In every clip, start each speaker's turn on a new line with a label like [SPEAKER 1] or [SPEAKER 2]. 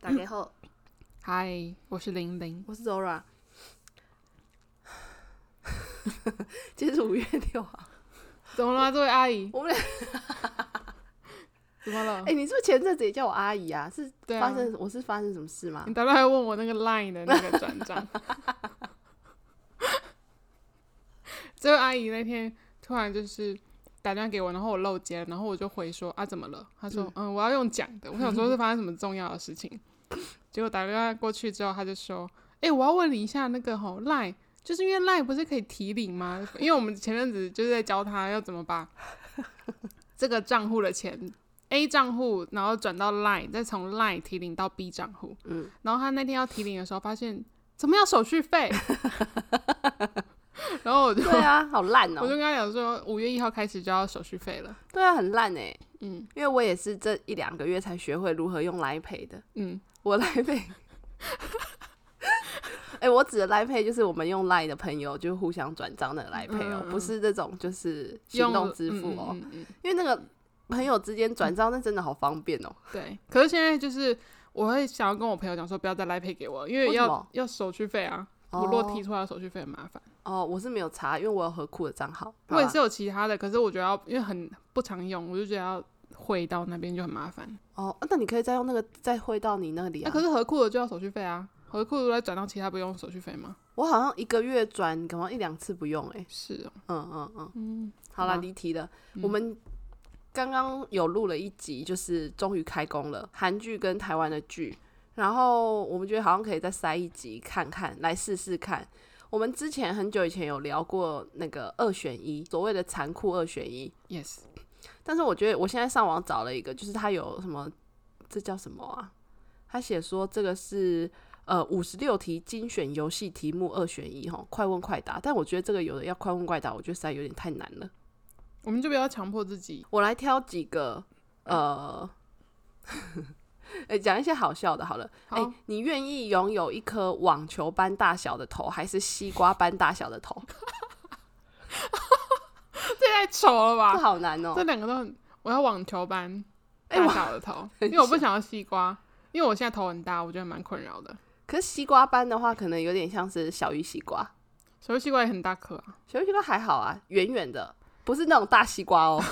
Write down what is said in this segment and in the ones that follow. [SPEAKER 1] 打给后，
[SPEAKER 2] 嗨， 我是玲玲。
[SPEAKER 1] 我是 Zora。今天是五月六号，
[SPEAKER 2] 怎么了吗，这位阿姨？
[SPEAKER 1] 我们俩
[SPEAKER 2] 怎么了
[SPEAKER 1] 哎、？你是不是前阵子也叫我阿姨啊？是
[SPEAKER 2] 对啊
[SPEAKER 1] 发，生、我是发生什么事吗
[SPEAKER 2] 你？大概还问我那个 LINE 的那个转账。这位阿姨那天突然就是打电话给我，然后我漏接了，然后我就回说啊怎么了？她说嗯我要用讲的，我想说是发生什么重要的事情。结果打电话过去之后，她就说哎、我要问你一下那个吼 LINE。就是因为 LINE 不是可以提领吗？因为我们前阵子就是在教她要怎 么把这个账户的钱 A 账户，然后转到 Line，再从 Line 提领到 B 账户。
[SPEAKER 1] 嗯，
[SPEAKER 2] 然后他那天要提领的时候，发现怎么要手 续费？然后我就、
[SPEAKER 1] 对啊，好烂哦、
[SPEAKER 2] 我就跟他讲说，五月一号开始就要手续费了。
[SPEAKER 1] 对啊，很烂哎、
[SPEAKER 2] 嗯
[SPEAKER 1] 因为我也是这一两个月才学会如何用来赔的。
[SPEAKER 2] 嗯，
[SPEAKER 1] 我来配， 哎、我指的来配就是我们用 Line 的朋友就互相转账的来配哦、
[SPEAKER 2] 嗯嗯嗯
[SPEAKER 1] 不是这种就是行
[SPEAKER 2] 用
[SPEAKER 1] 动支付哦、
[SPEAKER 2] 嗯嗯嗯嗯
[SPEAKER 1] 因为那个朋友之间转账那真的好方便哦、
[SPEAKER 2] 对，可是现在就是我会想要跟我朋友讲说，不要再来赔给我，因
[SPEAKER 1] 为什
[SPEAKER 2] 要
[SPEAKER 1] 么
[SPEAKER 2] 要手续费啊。我若提出来的手续费很麻烦。
[SPEAKER 1] 哦，我是没有查，因为我有和库的账号。
[SPEAKER 2] 我也是
[SPEAKER 1] 好
[SPEAKER 2] 有其他的，可是我觉得要因为很不常用，我就觉得要汇到那边就很麻烦。
[SPEAKER 1] 吧哦，那你可以再用那个再汇到你那里
[SPEAKER 2] 那、
[SPEAKER 1] 啊。
[SPEAKER 2] 可是合库的就要手续费啊，合库的再转到其他不用手续费吗？
[SPEAKER 1] 我好像一个月转，可能一两次不用哎、
[SPEAKER 2] 是哦，
[SPEAKER 1] 嗯嗯嗯，
[SPEAKER 2] 嗯，
[SPEAKER 1] 好
[SPEAKER 2] 好
[SPEAKER 1] 啦，
[SPEAKER 2] 吧
[SPEAKER 1] 离题了。
[SPEAKER 2] 嗯
[SPEAKER 1] 我们刚刚有录了一集，就是终于开工了，韩剧跟台湾的剧。然后我们觉得好像可以再塞一集看看，来试试看。我们之前很久以前有聊过那个二选一，所谓的残酷二选一。
[SPEAKER 2] ，yes，
[SPEAKER 1] 但是我觉得我现在上网找了一个，就是它有什么，这叫什么啊？他写说这个是呃五十六题精选游戏题目二选一哈，快问快答。但我觉得这个有的要快问快答，我觉得实在有点太难了。
[SPEAKER 2] 我们就不要强迫自己。
[SPEAKER 1] 我来挑几个，呃， 哎，讲一些好笑的好了。
[SPEAKER 2] 好，
[SPEAKER 1] 哎、你愿意拥有一颗网球般大小的头，还是西瓜般大小的 头？
[SPEAKER 2] 这太丑了
[SPEAKER 1] 这
[SPEAKER 2] 吧？
[SPEAKER 1] 好难哦、
[SPEAKER 2] 啊这两个都很，我要网球班
[SPEAKER 1] 哎
[SPEAKER 2] 大
[SPEAKER 1] 我
[SPEAKER 2] 小的头，因为我不想要西瓜，因为我现在头很大，我觉得蛮困扰的。
[SPEAKER 1] 可是西瓜般的话，可能有点像是小鱼西瓜。
[SPEAKER 2] 小西瓜也很大颗啊，
[SPEAKER 1] 小鱼西瓜还好啊，圆圆的，不是那种大西瓜哦。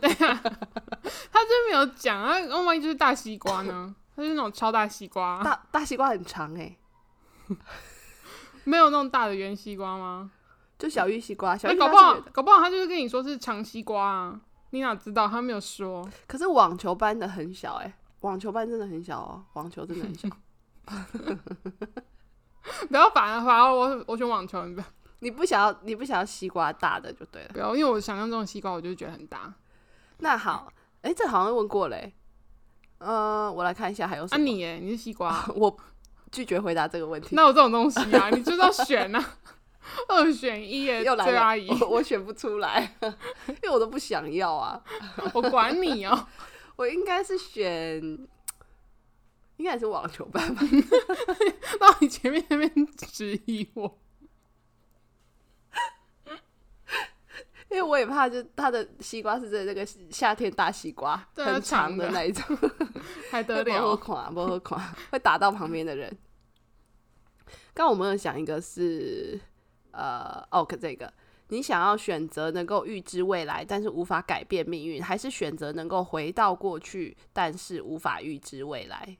[SPEAKER 2] 对啊，他真没有讲啊，那万一就是大西瓜呢？它就是那种超大西瓜啊，
[SPEAKER 1] 大大西瓜很长哎、
[SPEAKER 2] 没有那种大的圆西瓜吗？
[SPEAKER 1] 就小玉西瓜，小
[SPEAKER 2] 那
[SPEAKER 1] 玉西
[SPEAKER 2] 哎搞
[SPEAKER 1] 瓜
[SPEAKER 2] 不好
[SPEAKER 1] 是圆，
[SPEAKER 2] 搞不好他就是跟你说是长西瓜啊，你哪知道？他没有说。
[SPEAKER 1] 可是网球般的很小哎、网球般真的很小哦，网球真的很 小。
[SPEAKER 2] 不要反了，反而我我选网球，你不要
[SPEAKER 1] 你不想要，你不想要西瓜大的就对了。
[SPEAKER 2] 不要，因为我想象中的西瓜，我就觉得很大。
[SPEAKER 1] 那好，哎、这好像问过嘞、欸。呃，我来看一下还有什
[SPEAKER 2] 啊
[SPEAKER 1] 么。
[SPEAKER 2] 你耶，你是西瓜 啊，
[SPEAKER 1] 我拒绝回答这个问题。
[SPEAKER 2] 那有这种东西啊？你就是要选啊，二选一耶，E，
[SPEAKER 1] 又来
[SPEAKER 2] 这位阿姨
[SPEAKER 1] 了，，我我选不出来， 因为我都不想要啊。
[SPEAKER 2] 我管你哦、
[SPEAKER 1] 我应该是选，应该也是网球吧。
[SPEAKER 2] 到你前面那边质疑我，
[SPEAKER 1] 因为我也怕，就它的西瓜是在那个夏天大西瓜，
[SPEAKER 2] 对啊
[SPEAKER 1] 很长
[SPEAKER 2] 长的
[SPEAKER 1] 的那一种，
[SPEAKER 2] 还得
[SPEAKER 1] 不喝
[SPEAKER 2] 了？
[SPEAKER 1] 垮，不喝垮，会打到旁边的人。刚刚我们有想一个是，呃，哦，可这个，你想要选择能够预知未来，但是无法改变命运，还是选择能够回到过去，但是无法预知未来？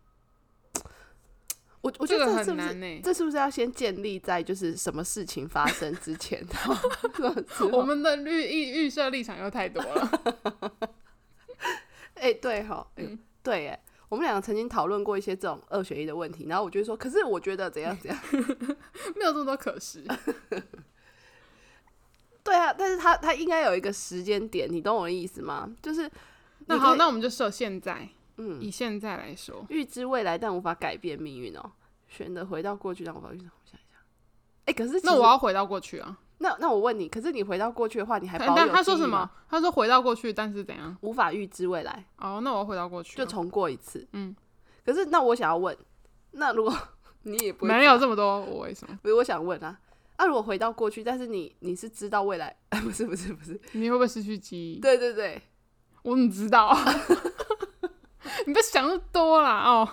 [SPEAKER 1] 我我觉
[SPEAKER 2] 这
[SPEAKER 1] 得
[SPEAKER 2] 个
[SPEAKER 1] 这是
[SPEAKER 2] 很
[SPEAKER 1] 不是
[SPEAKER 2] 难呢。
[SPEAKER 1] 这是不是要先建立在就是什么事情发生之 前？
[SPEAKER 2] 我们的预预预设立场又太多了。
[SPEAKER 1] 哎、对哈，嗯
[SPEAKER 2] 嗯，
[SPEAKER 1] 对哎，我们两个曾经讨论过一些这种二选一的问题，然后我就说，可是我觉得怎样 怎样，
[SPEAKER 2] 没有这么多可是，
[SPEAKER 1] 呃对啊，但是他他应该有一个时间点，你懂我的意思吗？就是
[SPEAKER 2] 那
[SPEAKER 1] 你
[SPEAKER 2] 好，
[SPEAKER 1] 可以
[SPEAKER 2] 那我们就设现在，
[SPEAKER 1] 嗯，
[SPEAKER 2] 以现在来说，
[SPEAKER 1] 预知未来但无法改变命运哦，选择回到过去但无法预知，我想一想，哎、可是其
[SPEAKER 2] 那
[SPEAKER 1] 实
[SPEAKER 2] 我要回到过去啊。
[SPEAKER 1] 那那我问你，可是你回到过去的话，你还保有
[SPEAKER 2] 嗯但哎他
[SPEAKER 1] 记
[SPEAKER 2] 说
[SPEAKER 1] 忆
[SPEAKER 2] 什
[SPEAKER 1] 吗
[SPEAKER 2] 么？？他说回到过去，但是怎样？
[SPEAKER 1] 无法预知未来，
[SPEAKER 2] 哦，那我要回到过去啊，
[SPEAKER 1] 就重过一次，
[SPEAKER 2] 嗯。
[SPEAKER 1] 可是那我想要问，那如果 你也不会
[SPEAKER 2] 没有这么多，我为什么？
[SPEAKER 1] 不是，我想问啊，啊，如果回到过去，但是你你是知道未来， 不是不是不是，
[SPEAKER 2] 你会不会失去记忆？
[SPEAKER 1] 对对对，
[SPEAKER 2] 我怎么知道啊？你不要想那么多啦哦。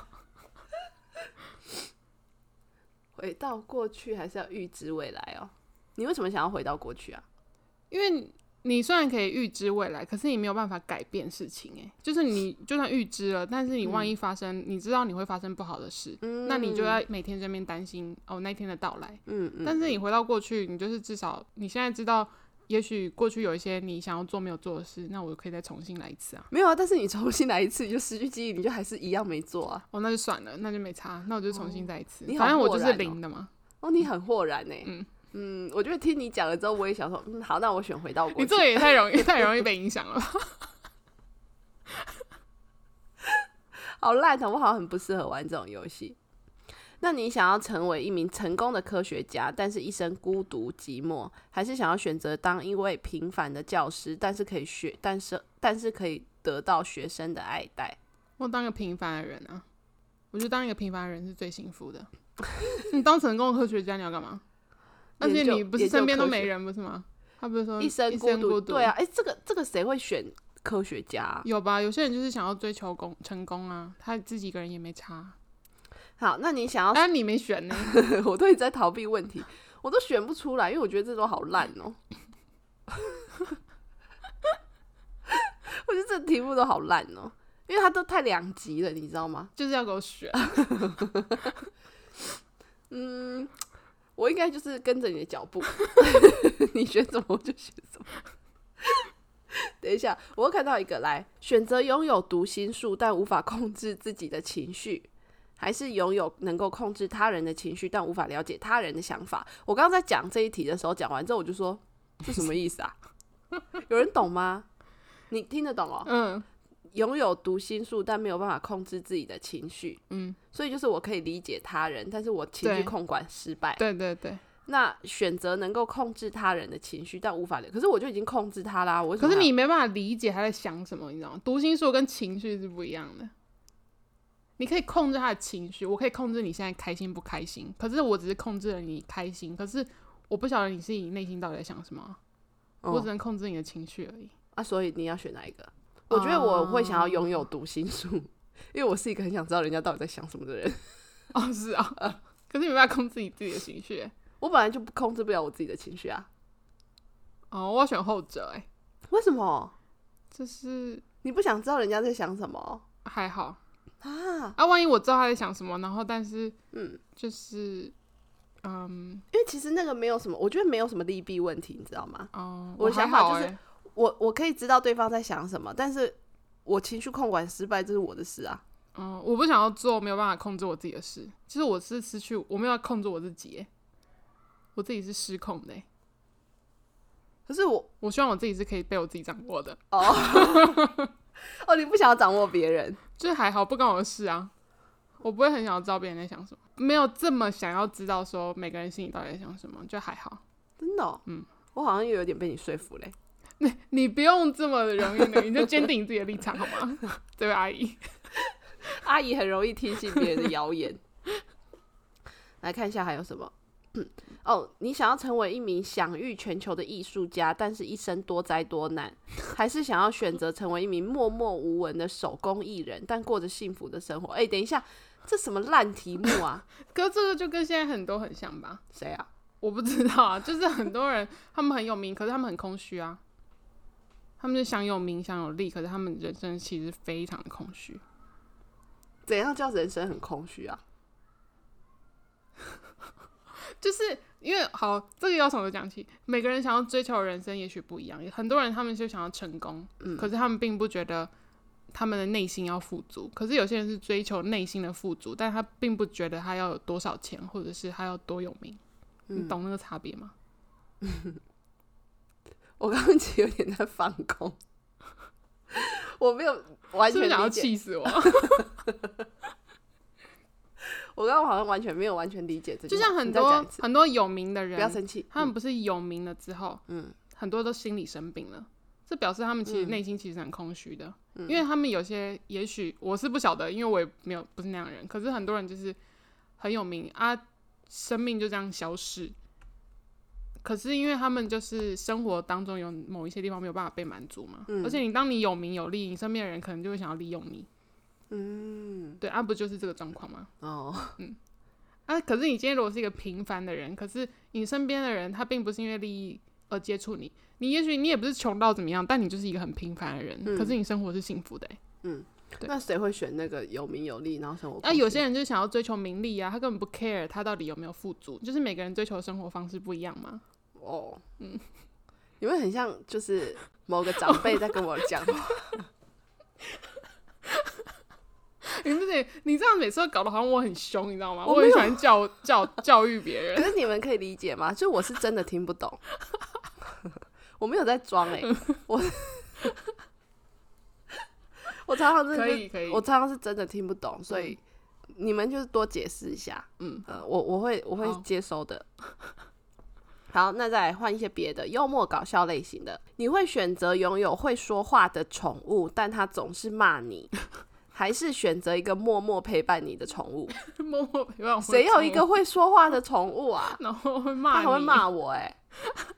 [SPEAKER 1] 回到过去还是要预知未来哦？你为什么想要回到过去啊？
[SPEAKER 2] 因为你你虽然可以预知未来，可是你没有办法改变事情、欸。就是你就算预知了，但是你万一发生，你知道你会发生不好的事，
[SPEAKER 1] 嗯
[SPEAKER 2] 那你就要每天这边担心哦那一天的到来。
[SPEAKER 1] 嗯嗯，
[SPEAKER 2] 但是你回到过去，你就是至少你现在知道，也许过去有一些你想要做没有做的事，那我可以再重新来一次啊。
[SPEAKER 1] 没有啊，但是你重新来一次，你就失去记忆，你就还是一样没做啊。
[SPEAKER 2] 哦，那就算了，那就没差，那我就重新再一次。
[SPEAKER 1] 哦你好
[SPEAKER 2] 反正我
[SPEAKER 1] 豁
[SPEAKER 2] 就
[SPEAKER 1] 然
[SPEAKER 2] 是
[SPEAKER 1] 哦
[SPEAKER 2] 零的嘛。
[SPEAKER 1] 哦，你很豁然呢、
[SPEAKER 2] 嗯
[SPEAKER 1] 嗯我觉得听你讲了之后，我也想说，嗯，好，那我选回到过
[SPEAKER 2] 你
[SPEAKER 1] 去。
[SPEAKER 2] 这个也太 容易，太容易被影响了吧。
[SPEAKER 1] 好烂哦，我好像很不适合玩这种游戏。那你想要成为一名成功的科学家，但是一生孤独寂寞，还是想要选择当一位平凡的教师，但是可以学，但是但是可以得到学生的爱戴？
[SPEAKER 2] 我当个平凡的人啊，我觉得当一个平凡的人是最幸福的。 你当成功的科学家，你要干嘛？而且
[SPEAKER 1] 研究
[SPEAKER 2] 你不
[SPEAKER 1] 研
[SPEAKER 2] 是
[SPEAKER 1] 究
[SPEAKER 2] 身边都
[SPEAKER 1] 科学
[SPEAKER 2] 没人，不是吗？他不是说
[SPEAKER 1] 嗯一生孤
[SPEAKER 2] 孤
[SPEAKER 1] 独，对啊，，哎、这个这个谁会选科学家啊、
[SPEAKER 2] 有吧？有些人就是想要追求功成功啊，他自己一个人也没差。
[SPEAKER 1] 好，那你想要，
[SPEAKER 2] 但你没选呢，
[SPEAKER 1] 我都一直在逃避问题，我都选不出来，因为我觉得这都好烂哦、 我觉得这题目都好烂哦、因为它都太两极了，你知道吗？
[SPEAKER 2] 就是要给 我选。
[SPEAKER 1] 嗯，我应该就是跟着你的 脚步， 你选什么我就选什么。等一下，我又看到一个，来选择拥有读心术但无法控制自己的情绪，还是拥有能够控制他人的情绪但无法了解他人的想法。我刚刚在讲这一题的时候，讲完之后我就说，这什么意思啊？ 有人懂吗？你听得懂哦？
[SPEAKER 2] 嗯
[SPEAKER 1] 拥有读心术但没有办法控制自己的情绪，
[SPEAKER 2] 嗯，
[SPEAKER 1] 所以就是我可以理解他人，但是我情绪
[SPEAKER 2] 对
[SPEAKER 1] 控管失败。
[SPEAKER 2] 对对对。
[SPEAKER 1] 那选择能够控制他人的情绪，但无法了。可是我就已经控制他啦，我为什
[SPEAKER 2] 可
[SPEAKER 1] 么
[SPEAKER 2] 是
[SPEAKER 1] 还
[SPEAKER 2] 你
[SPEAKER 1] 要
[SPEAKER 2] 没办法理解他在想什么，你知道吗？读心术跟情绪是不一样的。你可以控制他的情绪，我可以控制你现在开心不开心，可是我只是控制了你开心，可是我不晓得你是你内心到底在想什么啊，我
[SPEAKER 1] 嗯、
[SPEAKER 2] 只能控制你的情绪而已。
[SPEAKER 1] 啊，所以你要选哪一个？我觉得我会想要拥有读心术，因为我是一个很想知道人家到底在想什么的人。
[SPEAKER 2] 哦，是
[SPEAKER 1] 嗯
[SPEAKER 2] 啊，可是你没办法控制你自己的情绪欸。
[SPEAKER 1] 我本来就不控制不了我自己的情绪啊，
[SPEAKER 2] 哦，我要选后者，哎，
[SPEAKER 1] 为什么？
[SPEAKER 2] 就是
[SPEAKER 1] 你不想知道人家在想什么
[SPEAKER 2] 还好
[SPEAKER 1] 啊？
[SPEAKER 2] 啊，万一我知道他在想什么，然后但是
[SPEAKER 1] 嗯，
[SPEAKER 2] 就是，嗯，
[SPEAKER 1] 因为其实那个没有什么，我觉得没有什么利弊问题，你知道吗？
[SPEAKER 2] 哦，
[SPEAKER 1] 我的
[SPEAKER 2] 还
[SPEAKER 1] 想法
[SPEAKER 2] 好
[SPEAKER 1] 就是
[SPEAKER 2] 欸
[SPEAKER 1] 我我可以知道对方在想什么，但是我情绪控管失败，这是我的事啊。
[SPEAKER 2] 嗯，我不想要做没有办法控制我自己的事。其实我是失去，我没有要控制我自己耶，我自己是失控的耶。
[SPEAKER 1] 可是我
[SPEAKER 2] 我希望我自己是可以被我自己掌握的，
[SPEAKER 1] 哦，你不想要掌握别人，
[SPEAKER 2] 就是还好不关我的事啊。我不会很想要知道别人在想什么，没有这么想要知道说每个人心里到底在想什么，就还好。
[SPEAKER 1] 真的、嗯
[SPEAKER 2] 嗯，
[SPEAKER 1] 我好像又有点被你说服嘞。
[SPEAKER 2] 你不用这么容易的，你就坚定你自己的立场好吗？ 这位阿姨，
[SPEAKER 1] 阿姨很容易听信别人的谣言。 来看一下还有什么。 哦，你想要成为一名享誉全球的艺术家，但是一生多灾多 难，还是想要选择成为一名默默无闻的手工艺人，但过着幸福的生活？哎、等一下，这什么烂题目啊？
[SPEAKER 2] 哥这个就跟现在很多很像吧？
[SPEAKER 1] 谁啊？
[SPEAKER 2] 我不知道啊， 就是很多人他们很有名，可是他们很空虚啊。他们就想有名想有利，可是他们人生其实非常的空虚。
[SPEAKER 1] 怎样叫人生很空虚啊？
[SPEAKER 2] 就是因为好，这个要从头讲起。每个人想要追求的人生也许不一样，很多人他们就想要成功，
[SPEAKER 1] 嗯
[SPEAKER 2] 可是他们并不觉得他们的内心要富足。可是有些人是追求内心的富足，但他并不觉得他要有多少钱，或者是他要多有名。你
[SPEAKER 1] 嗯，
[SPEAKER 2] 懂那个差别吗？
[SPEAKER 1] 我刚刚其实有点在放空， 我没有完
[SPEAKER 2] 是
[SPEAKER 1] 全
[SPEAKER 2] 不是想要
[SPEAKER 1] 理解。
[SPEAKER 2] 气死我？
[SPEAKER 1] 我刚刚好像完全没有完全理解这句
[SPEAKER 2] 就
[SPEAKER 1] 话，
[SPEAKER 2] 像很
[SPEAKER 1] 你再
[SPEAKER 2] 多
[SPEAKER 1] 讲一次
[SPEAKER 2] 很多有名的
[SPEAKER 1] 不
[SPEAKER 2] 人
[SPEAKER 1] 要，生气，
[SPEAKER 2] 他们不是有名了之后，
[SPEAKER 1] 嗯
[SPEAKER 2] 很多都心理生病了，这表示他们其实
[SPEAKER 1] 嗯
[SPEAKER 2] 内心其实很空虚的，
[SPEAKER 1] 嗯
[SPEAKER 2] 因为他们有些也许我是不晓得，因为我也没有不是那样的人，可是很多人就是很有名啊，生命就这样消失。可是因为他们就是生活当中有某一些地方没有办法被满足嘛，
[SPEAKER 1] 嗯
[SPEAKER 2] 而且你当你有名有利，你身边的人可能就会想要利用你，
[SPEAKER 1] 嗯
[SPEAKER 2] 对啊，不就是这个状况吗？
[SPEAKER 1] 哦，
[SPEAKER 2] 啊，可是你今天如果是一个平凡的人，可是你身边的人他并不是因为利益而接触你，你也许你也不是穷到怎么样，但你就是一个很平凡的人，
[SPEAKER 1] 嗯
[SPEAKER 2] 可是你生活是幸福的欸、 对
[SPEAKER 1] 那谁会选那个有名有利，然后生活空
[SPEAKER 2] 那、啊有
[SPEAKER 1] 虚
[SPEAKER 2] 些人就想要追求名利啊，他根本不 care 他到底有没有富足，就是每个人追求的生活方式不一样嘛。
[SPEAKER 1] 哦，嗯，你会很像就是某个长辈在跟我讲 话，
[SPEAKER 2] 你不是你这样每次都搞得好像我很凶，你知道吗？
[SPEAKER 1] 我
[SPEAKER 2] 我
[SPEAKER 1] 没
[SPEAKER 2] 很
[SPEAKER 1] 有
[SPEAKER 2] 喜 欢教教教育别
[SPEAKER 1] 可
[SPEAKER 2] 人。
[SPEAKER 1] 是你们可以理解吗？就我是真的听不懂， 我没有在装哎、 我我常常真的
[SPEAKER 2] 可
[SPEAKER 1] 就
[SPEAKER 2] 以可以，
[SPEAKER 1] 我常常是真的听不懂，所以你们就是多解释一下，
[SPEAKER 2] 嗯，
[SPEAKER 1] 呃，我我会我会
[SPEAKER 2] 好
[SPEAKER 1] 接收的。 好，那再来换一些别的幽默搞笑类型的。你会选择拥有会说话的宠物，但它总是骂 你，还是选择一个默默陪伴你的宠物？
[SPEAKER 2] 默默哦陪伴我。
[SPEAKER 1] 谁有一个？会说话的宠物啊？
[SPEAKER 2] 然后会
[SPEAKER 1] 它
[SPEAKER 2] 骂你，
[SPEAKER 1] 还会。骂我哎、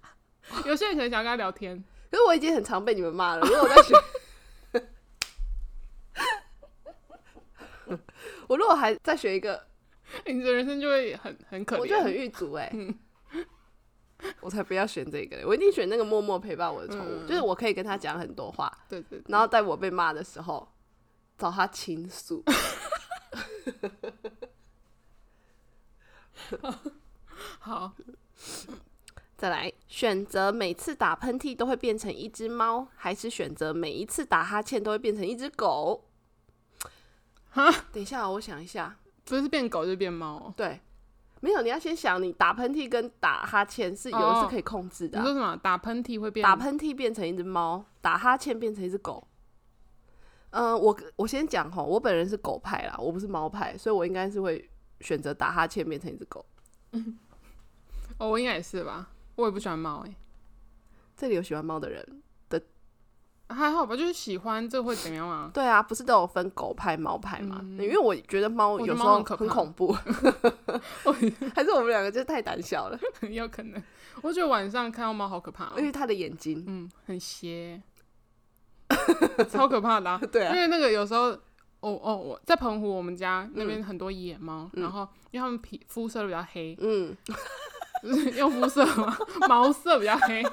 [SPEAKER 2] 有些人可能想要跟他聊天，
[SPEAKER 1] 可是我已经很常被你们骂了，如果我在学， 我如果还在学一个
[SPEAKER 2] 你的人生就会很很可怜。嗯
[SPEAKER 1] 我觉得很狱卒哎、 我才不要选这个嘞，我一定选那个默默陪伴我的宠物，
[SPEAKER 2] 嗯
[SPEAKER 1] 就是我可以跟他讲很多话，
[SPEAKER 2] 对对
[SPEAKER 1] 然后在我被骂的时候找他倾 诉。
[SPEAKER 2] 好，
[SPEAKER 1] 再来选择每次打喷嚏都会变成一只猫，还是选择每一次打哈欠都会变成一只狗？
[SPEAKER 2] 哈，
[SPEAKER 1] 等一下哦，我想一下。
[SPEAKER 2] 不是变狗就变猫哦、
[SPEAKER 1] 对，没有，你要先想，你打喷嚏跟打哈欠是有的
[SPEAKER 2] 哦
[SPEAKER 1] 是可以控制的
[SPEAKER 2] 你
[SPEAKER 1] 啊、
[SPEAKER 2] 说什么？打喷嚏会变
[SPEAKER 1] 打喷嚏变成一只猫，打哈欠变成一只狗。嗯、我我先讲哈，我本人是狗派啦，我不是猫派，所以我应该是会选择打哈欠变成一只狗。
[SPEAKER 2] 哦，我应该也是吧。我也不喜欢猫哎、
[SPEAKER 1] 这里有喜欢猫的人，
[SPEAKER 2] 还好吧，就是喜欢这会怎么样啊？
[SPEAKER 1] 对啊，不是都有分狗派、猫派嘛？
[SPEAKER 2] 嗯
[SPEAKER 1] 因为我觉得猫
[SPEAKER 2] 我觉得
[SPEAKER 1] 有时
[SPEAKER 2] 猫
[SPEAKER 1] 候
[SPEAKER 2] 很可
[SPEAKER 1] 很
[SPEAKER 2] 怕
[SPEAKER 1] 恐 怖，还是我们两个就是太胆小了，
[SPEAKER 2] 有可能，我觉得晚上看到猫好可怕、
[SPEAKER 1] 因
[SPEAKER 2] 哦，
[SPEAKER 1] 为它的眼睛，
[SPEAKER 2] 嗯，很邪，超可怕的、啊。
[SPEAKER 1] 对
[SPEAKER 2] 因
[SPEAKER 1] 啊，
[SPEAKER 2] 为那个有时候，哦哦，我在澎湖，我们家那边很多野猫，
[SPEAKER 1] 嗯
[SPEAKER 2] 然后因为它们皮肤色都比较黑，
[SPEAKER 1] 嗯，
[SPEAKER 2] 就是 用肤色嘛，毛色比较黑，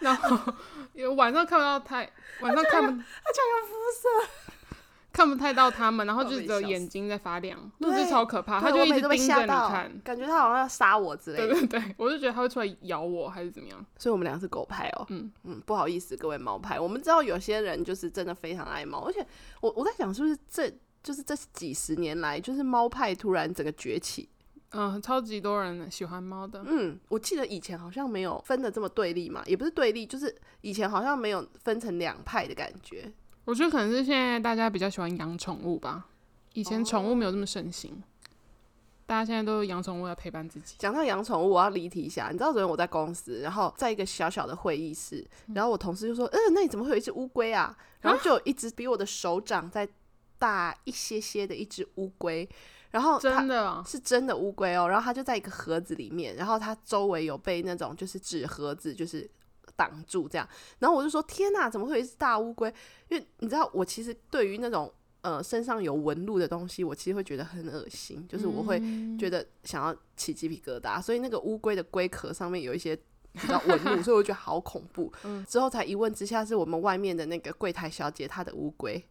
[SPEAKER 2] 然后有晚上看不到太，晚上看不，它竟然有肤色， 看不太到它们，然后就只有眼睛在发亮，
[SPEAKER 1] 对
[SPEAKER 2] 那是超可怕，它
[SPEAKER 1] 对
[SPEAKER 2] 就
[SPEAKER 1] 我
[SPEAKER 2] 一
[SPEAKER 1] 每
[SPEAKER 2] 直
[SPEAKER 1] 次都被
[SPEAKER 2] 盯着
[SPEAKER 1] 吓
[SPEAKER 2] 你
[SPEAKER 1] 到
[SPEAKER 2] 看，，
[SPEAKER 1] 感觉它好像要杀我之类
[SPEAKER 2] 对
[SPEAKER 1] 的，
[SPEAKER 2] 对对，我就觉得它会出来咬我还是怎么样，
[SPEAKER 1] 所以我们俩是狗派哦。
[SPEAKER 2] 嗯
[SPEAKER 1] 嗯，不好意思，各位猫派，我们知道有些人就是真的非常爱猫，而且我我在想，是不是这就是这几十年来，就是猫派突然整个崛起？
[SPEAKER 2] 嗯、超级多人喜欢猫的，
[SPEAKER 1] 嗯，我记得以前好像没有分的这么对立嘛，也不是对立，就是以前好像没有分成两派的感觉。
[SPEAKER 2] 我觉得可能是现在大家比较喜欢养宠物吧，以前宠
[SPEAKER 1] 哦
[SPEAKER 2] 物没有这么盛行，大家现在都养宠物来陪伴自己。
[SPEAKER 1] 讲到养宠物，我要离题一下。你知道昨天我在公司，然后在一个小小的会议室，然后我同事就说：“嗯、那你怎么会有一只乌龟啊？”然后就有一只比我的手掌再大一些些的一只乌龟，然后哦它
[SPEAKER 2] 真的啊，
[SPEAKER 1] 是真的乌龟哦，然后它就在一个盒子里面，然后它周围有被那种就是纸盒子就是挡住这样，然后我就说天哪，怎么会有一只大乌龟？因为你知道我其实对于那种呃身上有纹路的东西，我其实会觉得很恶心，就是我会
[SPEAKER 2] 嗯
[SPEAKER 1] 觉得想要起鸡皮疙瘩，所以那个乌龟的龟壳上面有一些。比较纹路，所以我觉得好恐怖。之后才一问之下，是我们外面的那个柜台小姐她的乌龟，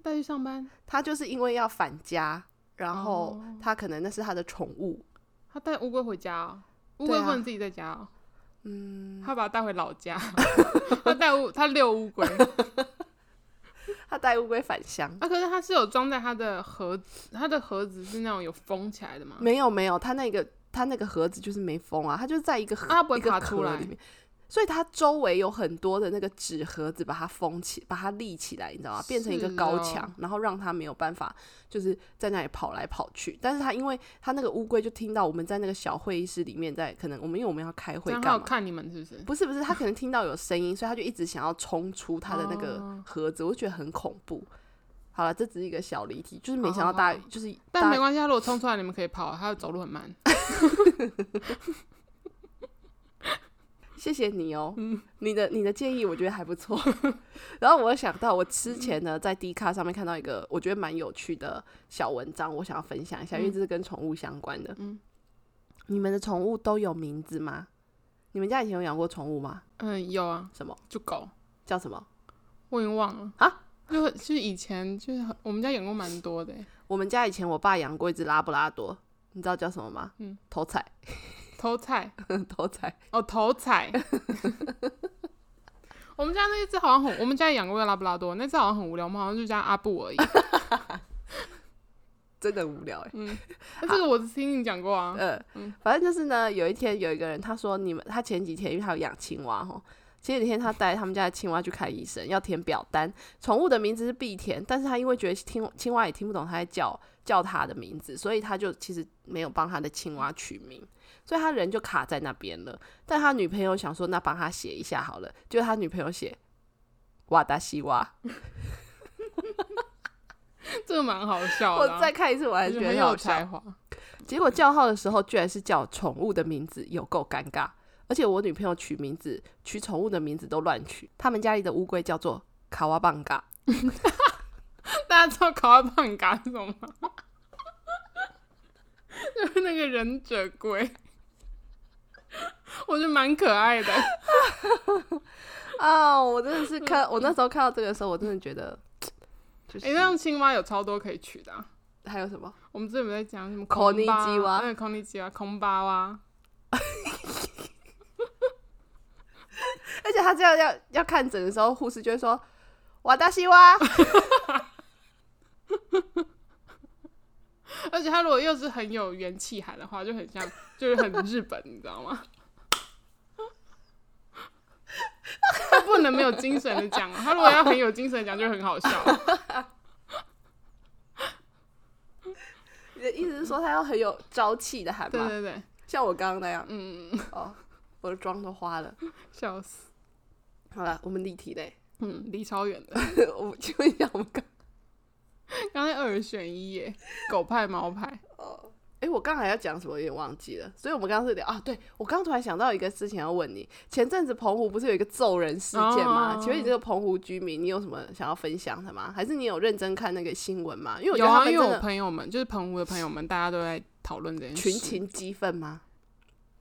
[SPEAKER 2] 带去上班，
[SPEAKER 1] 她就是因为要返家，然后
[SPEAKER 2] 哦
[SPEAKER 1] 她可能那是她的宠物，
[SPEAKER 2] 他带乌龟回家、哦，乌
[SPEAKER 1] 对
[SPEAKER 2] 龟
[SPEAKER 1] 啊
[SPEAKER 2] 不能自己在家、哦，嗯，他把它带回老家， 他带乌他遛乌龟，
[SPEAKER 1] 他带乌龟返乡。
[SPEAKER 2] 啊，可是他是有装在他的盒子，他的盒子是那种有封起来的嘛，
[SPEAKER 1] 没有没有，他那个他那个盒子就是没封啊，他就在一个盒、
[SPEAKER 2] 啊它不会
[SPEAKER 1] 一个
[SPEAKER 2] 爬出
[SPEAKER 1] 壳
[SPEAKER 2] 来
[SPEAKER 1] 里面，所以它周围有很多的那个纸盒子把它封起，把它立起来，你知道吗？变成一个
[SPEAKER 2] 是
[SPEAKER 1] 高
[SPEAKER 2] 哦
[SPEAKER 1] 墙，然后让它没有办法就是在那里跑来跑去。但是它因为它那个乌龟就听到我们在那个小会议室里面在，可能我们因为我们要开
[SPEAKER 2] 这
[SPEAKER 1] 会
[SPEAKER 2] 样他
[SPEAKER 1] 干
[SPEAKER 2] 有
[SPEAKER 1] 嘛？
[SPEAKER 2] 看你们是不是？
[SPEAKER 1] 不是不是，它可能听到有声音，所以它就一直想要冲出它的那个
[SPEAKER 2] 哦
[SPEAKER 1] 盒子，我就觉得很恐怖。好了，这只是一个小离题，就是没想到大家、
[SPEAKER 2] 哦
[SPEAKER 1] 就是大
[SPEAKER 2] 但
[SPEAKER 1] 家
[SPEAKER 2] 没关系，他如果冲出来，你们可以跑，他走路很慢，
[SPEAKER 1] 谢谢你 哦，
[SPEAKER 2] 嗯
[SPEAKER 1] 你的你的建议我觉得还不错。 然后我又想到，我之前呢在 D 卡上面看到一个我觉得蛮有趣的小文章，我想要分享一下，因为这是跟宠物相关的。
[SPEAKER 2] 嗯
[SPEAKER 1] 你们的宠物都有名字吗？你们家以前有养过宠物吗？
[SPEAKER 2] 嗯，有啊，
[SPEAKER 1] 什么
[SPEAKER 2] 就狗，
[SPEAKER 1] 叫什么？
[SPEAKER 2] 我已经忘了
[SPEAKER 1] 啊。
[SPEAKER 2] 就就是以前就是很我们家养过蛮多的欸，
[SPEAKER 1] 我们家以前我爸养过一只拉布拉多，你知道叫什么吗？
[SPEAKER 2] 嗯，
[SPEAKER 1] 头彩，
[SPEAKER 2] 头彩
[SPEAKER 1] 头彩。
[SPEAKER 2] 哦，头彩。我们家那一只好像很，我们家也养过一个拉布拉多，那只好像很无聊，我们好像就叫阿布而已。
[SPEAKER 1] 真的很无聊哎、
[SPEAKER 2] 那 这个我听你讲过啊，
[SPEAKER 1] 呃，反正就是呢，有一天有一个人他说你们，他前几天因为他有养青蛙吼，前几天他带他们家的青蛙去看医生，要填表单，宠物的名字是必填，但是他因为觉得听青蛙也听不懂他在叫叫他的名字，所以他就其实没有帮他的青蛙取名，所以他人就卡在那边了。但他女朋友想说，那帮他写一下好了，就他女朋友写瓦达西蛙。
[SPEAKER 2] 这个蛮好笑
[SPEAKER 1] 我
[SPEAKER 2] 的啊、
[SPEAKER 1] 再看一次，我还是
[SPEAKER 2] 就
[SPEAKER 1] 觉
[SPEAKER 2] 很
[SPEAKER 1] 得好
[SPEAKER 2] 有
[SPEAKER 1] 笑
[SPEAKER 2] 才。华。
[SPEAKER 1] 结果叫号的时候，居然是叫宠物的名字，有够尴尬。而且我女朋友取名字、取宠物的名字都乱取。他们家里的乌龟叫做卡哇棒嘎，
[SPEAKER 2] 大家知道卡哇棒嘎是什么吗？ 就是那个忍者龟，我觉得蛮可 爱的。
[SPEAKER 1] 啊、我真的是看， 我那时候看到这个时候，我真的觉得，就是、
[SPEAKER 2] 哎、那种青蛙有超多可以取的啊、
[SPEAKER 1] 还有什么？
[SPEAKER 2] 我们之前有在讲什么
[SPEAKER 1] 孔
[SPEAKER 2] 尼
[SPEAKER 1] 尼基蛙
[SPEAKER 2] 嗯，孔尼基蛙、空巴蛙，
[SPEAKER 1] 而且他这样要要看诊的时候，护士就会说瓦达西哇，
[SPEAKER 2] 而且它如果又是很有元气喊的话，就很像，就是很日本，你知道吗？ 它不能没有精神的讲哦，它如果要很有精神地讲，就很 好笑。
[SPEAKER 1] 你的意思是说他要很有朝气的喊
[SPEAKER 2] 对
[SPEAKER 1] 吗？
[SPEAKER 2] 对对，
[SPEAKER 1] 像我刚刚那样，
[SPEAKER 2] 嗯，
[SPEAKER 1] 哦，我的妆都花了。
[SPEAKER 2] 笑死，
[SPEAKER 1] 好了，我们立体嘞。
[SPEAKER 2] 嗯，离超远的。
[SPEAKER 1] 我请问一下，我们刚
[SPEAKER 2] 刚才二选一耶，狗派猫派，
[SPEAKER 1] 哦，哎，我刚才要讲什么有点忘记了，所以我们刚刚是聊啊，对我刚突然想到一个事情要问你，前阵子澎湖不是有一个揍人事件吗？
[SPEAKER 2] 哦
[SPEAKER 1] 请问你这个澎湖居民，你有什么想要分享的吗？还是你有认真看那个新闻吗？因为我觉
[SPEAKER 2] 有
[SPEAKER 1] 得他
[SPEAKER 2] 啊，
[SPEAKER 1] 们
[SPEAKER 2] 因为
[SPEAKER 1] 真
[SPEAKER 2] 我
[SPEAKER 1] 的
[SPEAKER 2] 朋友们就是澎湖的朋友们，大家都在讨论这件事。
[SPEAKER 1] 群情激愤吗？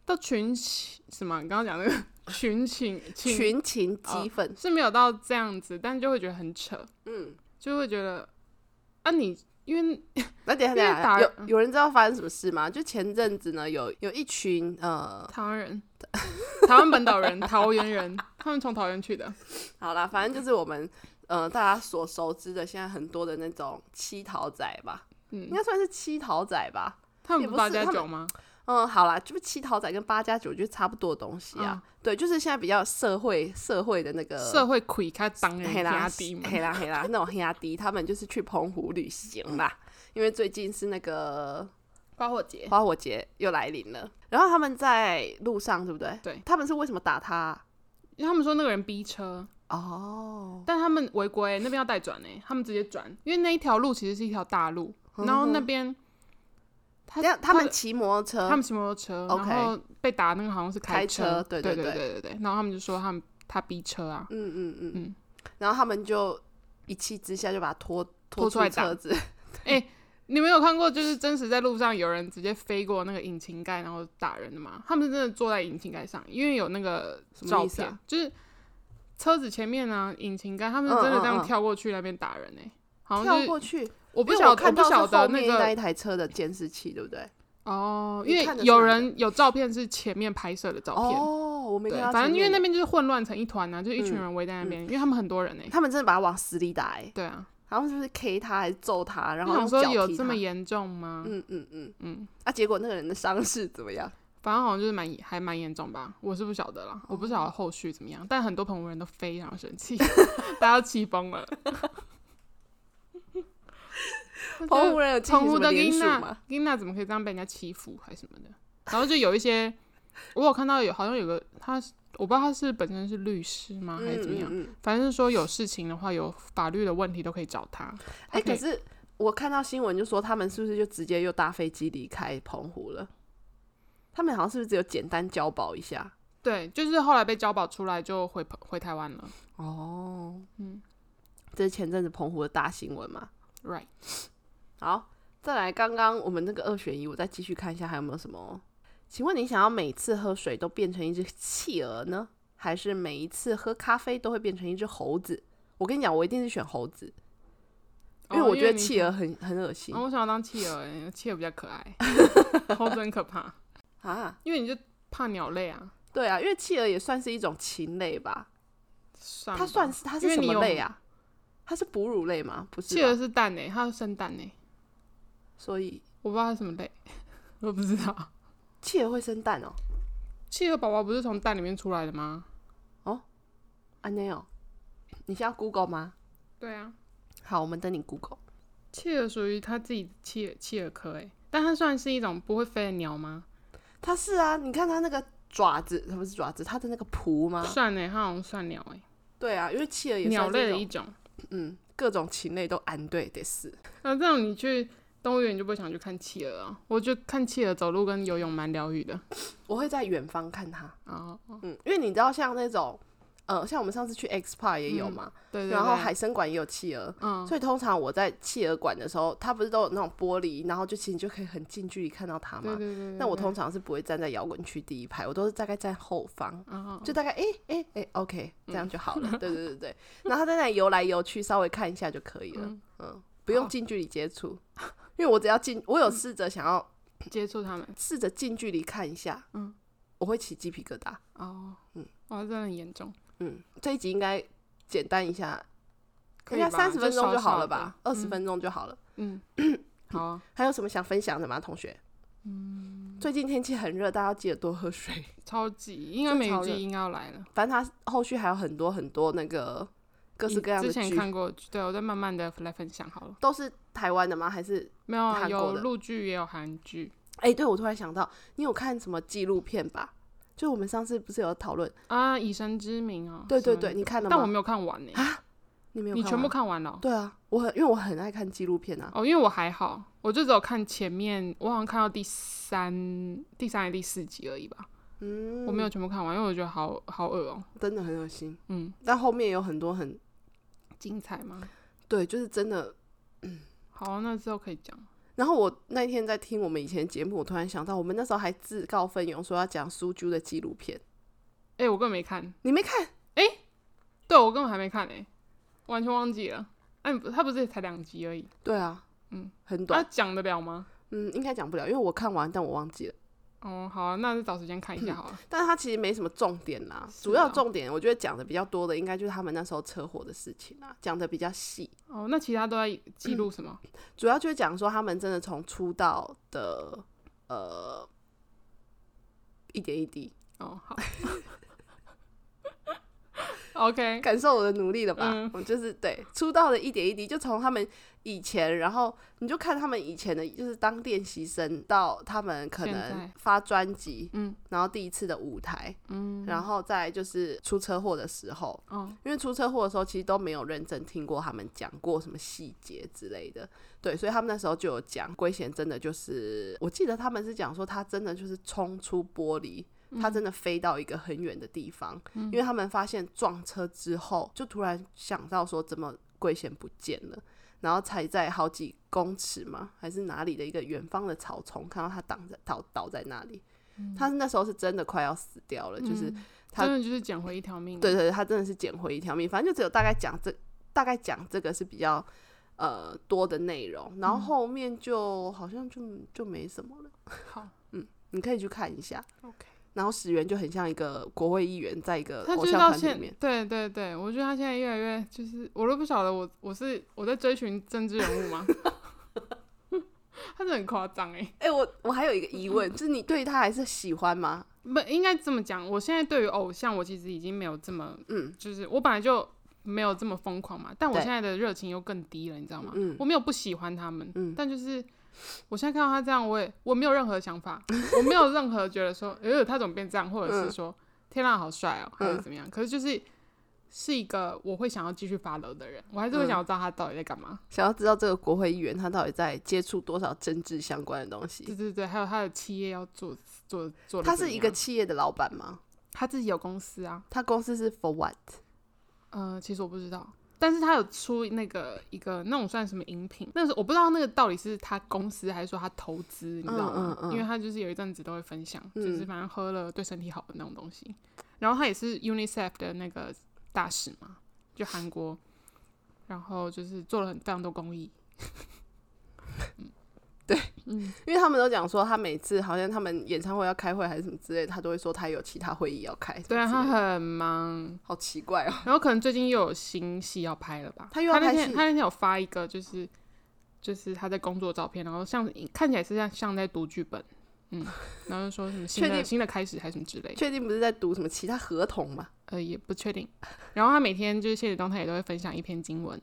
[SPEAKER 2] 到群情什么？你刚刚讲那个 群哦情情
[SPEAKER 1] 群情激愤，
[SPEAKER 2] 是没有到这样子，但就会觉得很扯，
[SPEAKER 1] 嗯，
[SPEAKER 2] 就会觉得啊你，因为
[SPEAKER 1] 那等一下
[SPEAKER 2] 因为
[SPEAKER 1] 等一下，
[SPEAKER 2] 打
[SPEAKER 1] 有有人知道发生什么事吗？就前阵子呢，有有一群呃，
[SPEAKER 2] 台湾人、 台湾本岛人、桃园人，他们从桃园去的，
[SPEAKER 1] 好啦，反正就是我们呃大家所熟知的，现在很多的那种七桃仔吧，
[SPEAKER 2] 嗯
[SPEAKER 1] 应，该算是七桃仔吧，
[SPEAKER 2] 他们
[SPEAKER 1] 也
[SPEAKER 2] 不
[SPEAKER 1] 不
[SPEAKER 2] 是八
[SPEAKER 1] 是
[SPEAKER 2] 加
[SPEAKER 1] 他们
[SPEAKER 2] 九吗？
[SPEAKER 1] 嗯，好啦，就是七桃仔跟八加九就差不多的东西啊。对，就是现在比较社会社会的那个
[SPEAKER 2] 嗯社会亏开当人
[SPEAKER 1] 黑呃啦
[SPEAKER 2] 压低嘛，
[SPEAKER 1] 黑啦黑啦那种黑压低，他们就是去澎湖旅行啦。因为最近是那个
[SPEAKER 2] 花火节
[SPEAKER 1] 花火节又来临了，然后他们在路上，对不对？
[SPEAKER 2] 对
[SPEAKER 1] 他们是为什么打他啊、
[SPEAKER 2] 因为他们说那个人逼车，
[SPEAKER 1] 哦，
[SPEAKER 2] 但他们违规、那边要带转呢，他们直接转，因为那一条路其实是一条大路，
[SPEAKER 1] 嗯
[SPEAKER 2] 然后那边他
[SPEAKER 1] 这样他们
[SPEAKER 2] 的
[SPEAKER 1] 骑摩托车，
[SPEAKER 2] 他们骑摩托车，
[SPEAKER 1] 呃 OK
[SPEAKER 2] 然后被打那个好像是
[SPEAKER 1] 开
[SPEAKER 2] 车，
[SPEAKER 1] 车对
[SPEAKER 2] 对
[SPEAKER 1] 对
[SPEAKER 2] 对对对然后他们就说他们他逼车啊，
[SPEAKER 1] 嗯嗯嗯嗯
[SPEAKER 2] 嗯，
[SPEAKER 1] 然后他们就一气之下就把他拖
[SPEAKER 2] 拖出
[SPEAKER 1] 出
[SPEAKER 2] 来打
[SPEAKER 1] 车子，
[SPEAKER 2] 你们有看过就是真实在路上有人直接飞过那个引擎盖然后打人的吗？他们是真的坐在引擎盖上，因为有那个
[SPEAKER 1] 什么
[SPEAKER 2] 照
[SPEAKER 1] 意思
[SPEAKER 2] 片，
[SPEAKER 1] 啊
[SPEAKER 2] 就是车子前面啊引擎盖，他们是
[SPEAKER 1] 嗯
[SPEAKER 2] 真的这
[SPEAKER 1] 嗯
[SPEAKER 2] 样
[SPEAKER 1] 嗯
[SPEAKER 2] 跳过去那边打人呢、欸好像
[SPEAKER 1] 跳
[SPEAKER 2] 就
[SPEAKER 1] 过
[SPEAKER 2] 是
[SPEAKER 1] 去。
[SPEAKER 2] 我不
[SPEAKER 1] 因为
[SPEAKER 2] 晓
[SPEAKER 1] 我看
[SPEAKER 2] 不
[SPEAKER 1] 到
[SPEAKER 2] 晓
[SPEAKER 1] 是
[SPEAKER 2] 得
[SPEAKER 1] 后
[SPEAKER 2] 那
[SPEAKER 1] 面
[SPEAKER 2] 个
[SPEAKER 1] 那一台车的监视器，对不对？
[SPEAKER 2] 哦，
[SPEAKER 1] 你
[SPEAKER 2] 因
[SPEAKER 1] 看得
[SPEAKER 2] 为
[SPEAKER 1] 出来
[SPEAKER 2] 有
[SPEAKER 1] 的
[SPEAKER 2] 人有照片是前面拍摄的照片，
[SPEAKER 1] 哦，我没
[SPEAKER 2] 对
[SPEAKER 1] 看到，前面的。
[SPEAKER 2] 反正因为那边就是混乱成一团啊，就是一群
[SPEAKER 1] 嗯
[SPEAKER 2] 人围在那边，因为他们很多人呢、
[SPEAKER 1] 他们真的把他往死里打、欸，
[SPEAKER 2] 对啊，
[SPEAKER 1] 然后是不是 K 他还是揍他，然
[SPEAKER 2] 我
[SPEAKER 1] 后用
[SPEAKER 2] 想说
[SPEAKER 1] 脚
[SPEAKER 2] 有
[SPEAKER 1] 踢
[SPEAKER 2] 这
[SPEAKER 1] 他
[SPEAKER 2] 么严重吗？
[SPEAKER 1] 嗯嗯嗯，
[SPEAKER 2] 嗯，
[SPEAKER 1] 啊，结果那个人的伤势怎么样？
[SPEAKER 2] 反正好像就是蛮还蛮严重吧，我是不晓得啦，
[SPEAKER 1] 哦
[SPEAKER 2] 我不晓得后续怎么样，但很多澎湖人都非常 生气，大家都气疯了。
[SPEAKER 1] 澎湖人有进
[SPEAKER 2] 澎
[SPEAKER 1] 行
[SPEAKER 2] 湖
[SPEAKER 1] 什么
[SPEAKER 2] 的
[SPEAKER 1] 联署
[SPEAKER 2] Gina
[SPEAKER 1] 吗？
[SPEAKER 2] Gina 怎么可以这样被人家欺负还什么的？然后就有一些，我有看到有好像有个他，我不知道他是本身是律师吗，啊还是怎么样？
[SPEAKER 1] 嗯嗯嗯
[SPEAKER 2] 反正是说有事情的话，有法律的问题都可以找他。
[SPEAKER 1] 哎、
[SPEAKER 2] 他
[SPEAKER 1] 可
[SPEAKER 2] 以
[SPEAKER 1] 是我看到新闻就说他们是不是就直接又搭飞机离开澎湖了？他们好像是不是只有简单交保一下？
[SPEAKER 2] 对，就是后来被交保出来就回回台湾了。
[SPEAKER 1] 哦，
[SPEAKER 2] 嗯
[SPEAKER 1] 这是前阵子澎湖的大新闻嘛。
[SPEAKER 2] ，right，
[SPEAKER 1] 好，再来，刚刚我们那个二选一，我再继续看一下还有没有什么。请问你想要每次喝水都变成一只企鹅呢，还是每一次喝咖啡都会变成一只猴子？我跟你讲，我一定是选猴子，因为
[SPEAKER 2] 哦
[SPEAKER 1] 我觉得企
[SPEAKER 2] 你
[SPEAKER 1] 鹅很很恶心、
[SPEAKER 2] 哦我想要当企鹅、欸，企鹅比较可 爱，猴子很可怕，
[SPEAKER 1] 啊。
[SPEAKER 2] 因为你就怕鸟类啊。
[SPEAKER 1] 对啊，因为企鹅也算是一种禽类吧？
[SPEAKER 2] 算
[SPEAKER 1] 它
[SPEAKER 2] 吧
[SPEAKER 1] 算是它是
[SPEAKER 2] 因为
[SPEAKER 1] 什
[SPEAKER 2] 你
[SPEAKER 1] 么
[SPEAKER 2] 有
[SPEAKER 1] 类啊？它是哺乳类吗？不是
[SPEAKER 2] 企
[SPEAKER 1] 吧，
[SPEAKER 2] 鹅是蛋诶、欸，它是生蛋诶、欸，
[SPEAKER 1] 所以
[SPEAKER 2] 我不知道它是什么类，我不知道。
[SPEAKER 1] 企鹅会生蛋哦。
[SPEAKER 2] 企鹅宝宝不是从蛋里面出来的吗？
[SPEAKER 1] 啊，没有，你现在要 Google 吗？
[SPEAKER 2] 对啊，
[SPEAKER 1] 好，我们等你 Google。
[SPEAKER 2] 企鹅属于它自己的企鹅企鹅科诶、欸，但它算是一种不会飞的鸟吗？
[SPEAKER 1] 它是啊，你看它那个爪子，它不是爪子，它的那个蹼吗？
[SPEAKER 2] 算诶、欸，它好像算鸟诶、
[SPEAKER 1] 啊对啊，因为企鹅也
[SPEAKER 2] 欸，鸟
[SPEAKER 1] 算是
[SPEAKER 2] 类的
[SPEAKER 1] 种
[SPEAKER 2] 一种。
[SPEAKER 1] 嗯，各种禽类都安对得是。
[SPEAKER 2] 那这样你去动物园，你就不会想去看企鹅啊？我觉得看企鹅走路跟游泳蛮疗愈的。
[SPEAKER 1] 我会在远方看它，
[SPEAKER 2] 哦，哦
[SPEAKER 1] 嗯，因为你知道像那种，呃，像我们上次去 X Park 也有嘛，
[SPEAKER 2] 嗯对对对。
[SPEAKER 1] 然后海参馆也有企鹅，
[SPEAKER 2] 嗯，
[SPEAKER 1] 所以通常我在企鹅馆的时候，它不是都有那种玻璃，然后就其实你就可以很近距离看到它
[SPEAKER 2] 对
[SPEAKER 1] 嘛。
[SPEAKER 2] 对对对。
[SPEAKER 1] 那我
[SPEAKER 2] 对
[SPEAKER 1] 通常是不会站在摇滚区第一排，我都是大概站后方，
[SPEAKER 2] 哦嗯
[SPEAKER 1] 就大概诶诶诶 o k 这样就 好了。对对对对，然后它在那里游来游去，稍微看一下就可以了，嗯
[SPEAKER 2] 嗯
[SPEAKER 1] 不用近距离接触，因为我只要 近，我有试着想要
[SPEAKER 2] 接触它们
[SPEAKER 1] 试着近距离看一下，
[SPEAKER 2] 嗯
[SPEAKER 1] 我会起鸡皮疙瘩。嗯
[SPEAKER 2] 哦，嗯，哇，真的很严重，
[SPEAKER 1] 嗯，这一集应该简单一下，
[SPEAKER 2] 可
[SPEAKER 1] 应
[SPEAKER 2] 以
[SPEAKER 1] 该
[SPEAKER 2] 吧
[SPEAKER 1] 三十分钟就好了吧，二十
[SPEAKER 2] 就少少的
[SPEAKER 1] 分钟就好了。
[SPEAKER 2] 嗯，嗯好啊，
[SPEAKER 1] 还有什么想分享的吗，同学？嗯，最近天气很热，大家要记得多喝水。
[SPEAKER 2] 超级，应该
[SPEAKER 1] 真
[SPEAKER 2] 梅
[SPEAKER 1] 超
[SPEAKER 2] 雨
[SPEAKER 1] 热
[SPEAKER 2] 季应该要来了，
[SPEAKER 1] 反正他后续还有很多很多那个各式各样的
[SPEAKER 2] 之前
[SPEAKER 1] 剧，
[SPEAKER 2] 看过，对我再慢慢的来分享好了。
[SPEAKER 1] 都是台湾的吗？还是？
[SPEAKER 2] 没有啊，
[SPEAKER 1] 韩国
[SPEAKER 2] 有
[SPEAKER 1] 的
[SPEAKER 2] 陆剧也有韩剧
[SPEAKER 1] 哎、对我突然想到，你有看什么纪录片吧？就我们上次不是有讨论？
[SPEAKER 2] 啊，《以神之名》哦，
[SPEAKER 1] 对对
[SPEAKER 2] 什么
[SPEAKER 1] 对，，你看了吗？
[SPEAKER 2] 但我没有看完呢，
[SPEAKER 1] 你没有
[SPEAKER 2] 你
[SPEAKER 1] 看
[SPEAKER 2] 全部
[SPEAKER 1] 吗
[SPEAKER 2] 看完了哦？
[SPEAKER 1] 对啊，我很因为我很爱看纪录片啊。
[SPEAKER 2] 哦，因为我还好，我就只有看前面，我好像看到第三、第三还是第四集而已吧，
[SPEAKER 1] 嗯，
[SPEAKER 2] 我没有全部看完，因为我觉得好好恶哦、
[SPEAKER 1] 真的很恶心。
[SPEAKER 2] 嗯，
[SPEAKER 1] 但后面有很多很
[SPEAKER 2] 精彩吗？
[SPEAKER 1] 对，就是真的。
[SPEAKER 2] 好，啊那之后可以讲。
[SPEAKER 1] 然后我那天在听我们以前的节目，我突然想到，我们那时候还自告奋勇说要讲苏珠的纪录片，
[SPEAKER 2] 哎、我根本没看，
[SPEAKER 1] 你没看？
[SPEAKER 2] 对我根本还没看哎、完全忘记了。哎、不他不是才两集而已，
[SPEAKER 1] 对啊，
[SPEAKER 2] 嗯，
[SPEAKER 1] 很短
[SPEAKER 2] 他，讲得了吗？
[SPEAKER 1] 嗯，应该讲不了，因为我看完，但我忘记了。
[SPEAKER 2] 哦，好、啊，那就找时间看一下好了。
[SPEAKER 1] 但是它其实没什么重点啦，
[SPEAKER 2] 是
[SPEAKER 1] 主要
[SPEAKER 2] 啊
[SPEAKER 1] 重点我觉得讲的比较多的，应该就是他们那时候车祸的事情啊，讲的比较细，
[SPEAKER 2] 哦，那其他都在记录什么？
[SPEAKER 1] 主要就是讲说他们真的从出道的呃一点一滴，
[SPEAKER 2] 哦，好。OK，
[SPEAKER 1] 感受我的努力了吧？
[SPEAKER 2] 嗯
[SPEAKER 1] 我就是对出道的一点一滴，就从他们以前，然后你就看他们以前的，就是当练习生到他们可
[SPEAKER 2] 现
[SPEAKER 1] 能
[SPEAKER 2] 在
[SPEAKER 1] 发专辑，
[SPEAKER 2] 嗯
[SPEAKER 1] 然后第一次的舞台，
[SPEAKER 2] 嗯，
[SPEAKER 1] 然后再来就是出车祸的时候，
[SPEAKER 2] 哦，
[SPEAKER 1] 因为出车祸的时候其实都没有认真听过他们讲过什么细节之类的，对，所以他们那时候就有讲龟贤真的就是，我记得他们是讲说他真的就是冲出玻璃，他真的飞到一个很远的地方，因为他们发现撞车之后，就突然想到说怎么龟贤不见了。然后才在好几公尺嘛，还是哪里的一个远方的草丛，看到他挡着倒倒在那里。他那时候是真的快要死掉了，就是
[SPEAKER 2] 嗯
[SPEAKER 1] 他
[SPEAKER 2] 真的就是捡回一条命。
[SPEAKER 1] 对对对，他真的是捡回一条命。反正就只有大概讲这，大概讲这个是比较呃多的内容，然后后面就好像就就没什么了， 嗯
[SPEAKER 2] 好，
[SPEAKER 1] 你可以去看一下。
[SPEAKER 2] OK
[SPEAKER 1] 然后史源就很像一个国会议员，在一个
[SPEAKER 2] 他
[SPEAKER 1] 偶
[SPEAKER 2] 就是
[SPEAKER 1] 像
[SPEAKER 2] 到
[SPEAKER 1] 团体里
[SPEAKER 2] 现
[SPEAKER 1] 面，，
[SPEAKER 2] 对对对，我觉得他现在越来越就是，我都不晓得我我是我在追寻政治人物吗？ 他真的很夸张哎，
[SPEAKER 1] 哎、我我还有一个疑 问，就是你对他还是喜欢吗？
[SPEAKER 2] 不应该这么讲。我现在对于偶像，我其实已经没有这么，
[SPEAKER 1] 嗯，
[SPEAKER 2] 就是我本来就没有这么疯狂嘛，但我
[SPEAKER 1] 对
[SPEAKER 2] 现在的热情又更低了，你知道吗？
[SPEAKER 1] 嗯
[SPEAKER 2] 我没有不喜欢他们，
[SPEAKER 1] 嗯
[SPEAKER 2] 但就是我现在看到他这样，我也我没有任何想法， 我没有任何觉得说，呃，他怎么变这样，或者
[SPEAKER 1] 嗯
[SPEAKER 2] 是说，天啊，好帅哦，还是
[SPEAKER 1] 嗯
[SPEAKER 2] 怎么样？可是就是是一个我会想要继续 follow 的人，我还是
[SPEAKER 1] 嗯
[SPEAKER 2] 会想要知道他到底在干嘛。
[SPEAKER 1] 想要知道这个国会议员他到底在接触多少政治相关的东
[SPEAKER 2] 对
[SPEAKER 1] 西？
[SPEAKER 2] 对对，还有他的企业要做做做得
[SPEAKER 1] 他
[SPEAKER 2] 怎
[SPEAKER 1] 是一
[SPEAKER 2] 样
[SPEAKER 1] 个企业的老板吗？
[SPEAKER 2] 他自己有公司啊，
[SPEAKER 1] 他公司是 for what？
[SPEAKER 2] 呃，其实我不知道，但是他有出那个一个那种算什么饮品，那是我不知道那个到底是他公司还是说他投资，你知道吗？
[SPEAKER 1] 嗯嗯嗯
[SPEAKER 2] 因为他就是有一阵子都会分享，
[SPEAKER 1] 嗯
[SPEAKER 2] 就是反正喝了对身体好的那种东西。然后他也是 UNICEF 的那个大使嘛，就韩国，然后就是做了很非常多公益。
[SPEAKER 1] 因为他们都讲说，他每次好像他们演唱会要开会还是什么之类，他都会说他有其他会议要开。
[SPEAKER 2] 对啊，
[SPEAKER 1] 什么
[SPEAKER 2] 他
[SPEAKER 1] 之类的
[SPEAKER 2] 很忙，
[SPEAKER 1] 好奇 怪哦。
[SPEAKER 2] 然后可能最近又有新戏要拍了吧？
[SPEAKER 1] 他又要
[SPEAKER 2] 那
[SPEAKER 1] 拍
[SPEAKER 2] 天
[SPEAKER 1] 戏
[SPEAKER 2] 他那天有发一个，就是就是他在工作照片，然后像看起来是像像在读剧本，嗯，然后就说什么新
[SPEAKER 1] 确
[SPEAKER 2] 的
[SPEAKER 1] 定
[SPEAKER 2] 新的开始还是什么之类的，
[SPEAKER 1] 确定不是在读什么其他合同吗？
[SPEAKER 2] 呃，也不确定。然后他每天就是谢子东，他也都会分享一篇经文，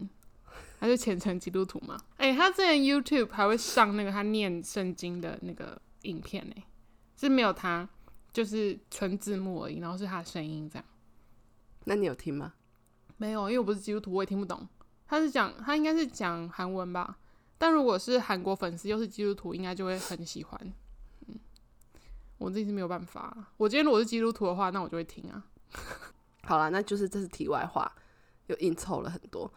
[SPEAKER 2] 他是虔诚基督徒嘛。哎、他之前 YouTube 还会上那个他念圣经的那个影片呢、是没有他，就是纯字幕而已，然后是他的声音这样。
[SPEAKER 1] 那你有听吗？
[SPEAKER 2] 没有，因为我不是基督徒，我也听不懂。他是讲他应该是讲韩文吧，但如果是韩国粉丝又是基督徒，应该就会很喜欢。嗯，我自己是没有办法。啊我今天如果是基督徒的话，那我就会听啊。
[SPEAKER 1] 好啦，那就是这是题外话，又硬凑了很多。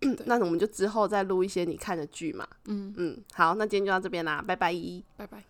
[SPEAKER 1] 那我们就之后再录一些你看的剧嘛。
[SPEAKER 2] 嗯，
[SPEAKER 1] 嗯，好，那今天就到这边啦，拜拜。
[SPEAKER 2] 拜拜。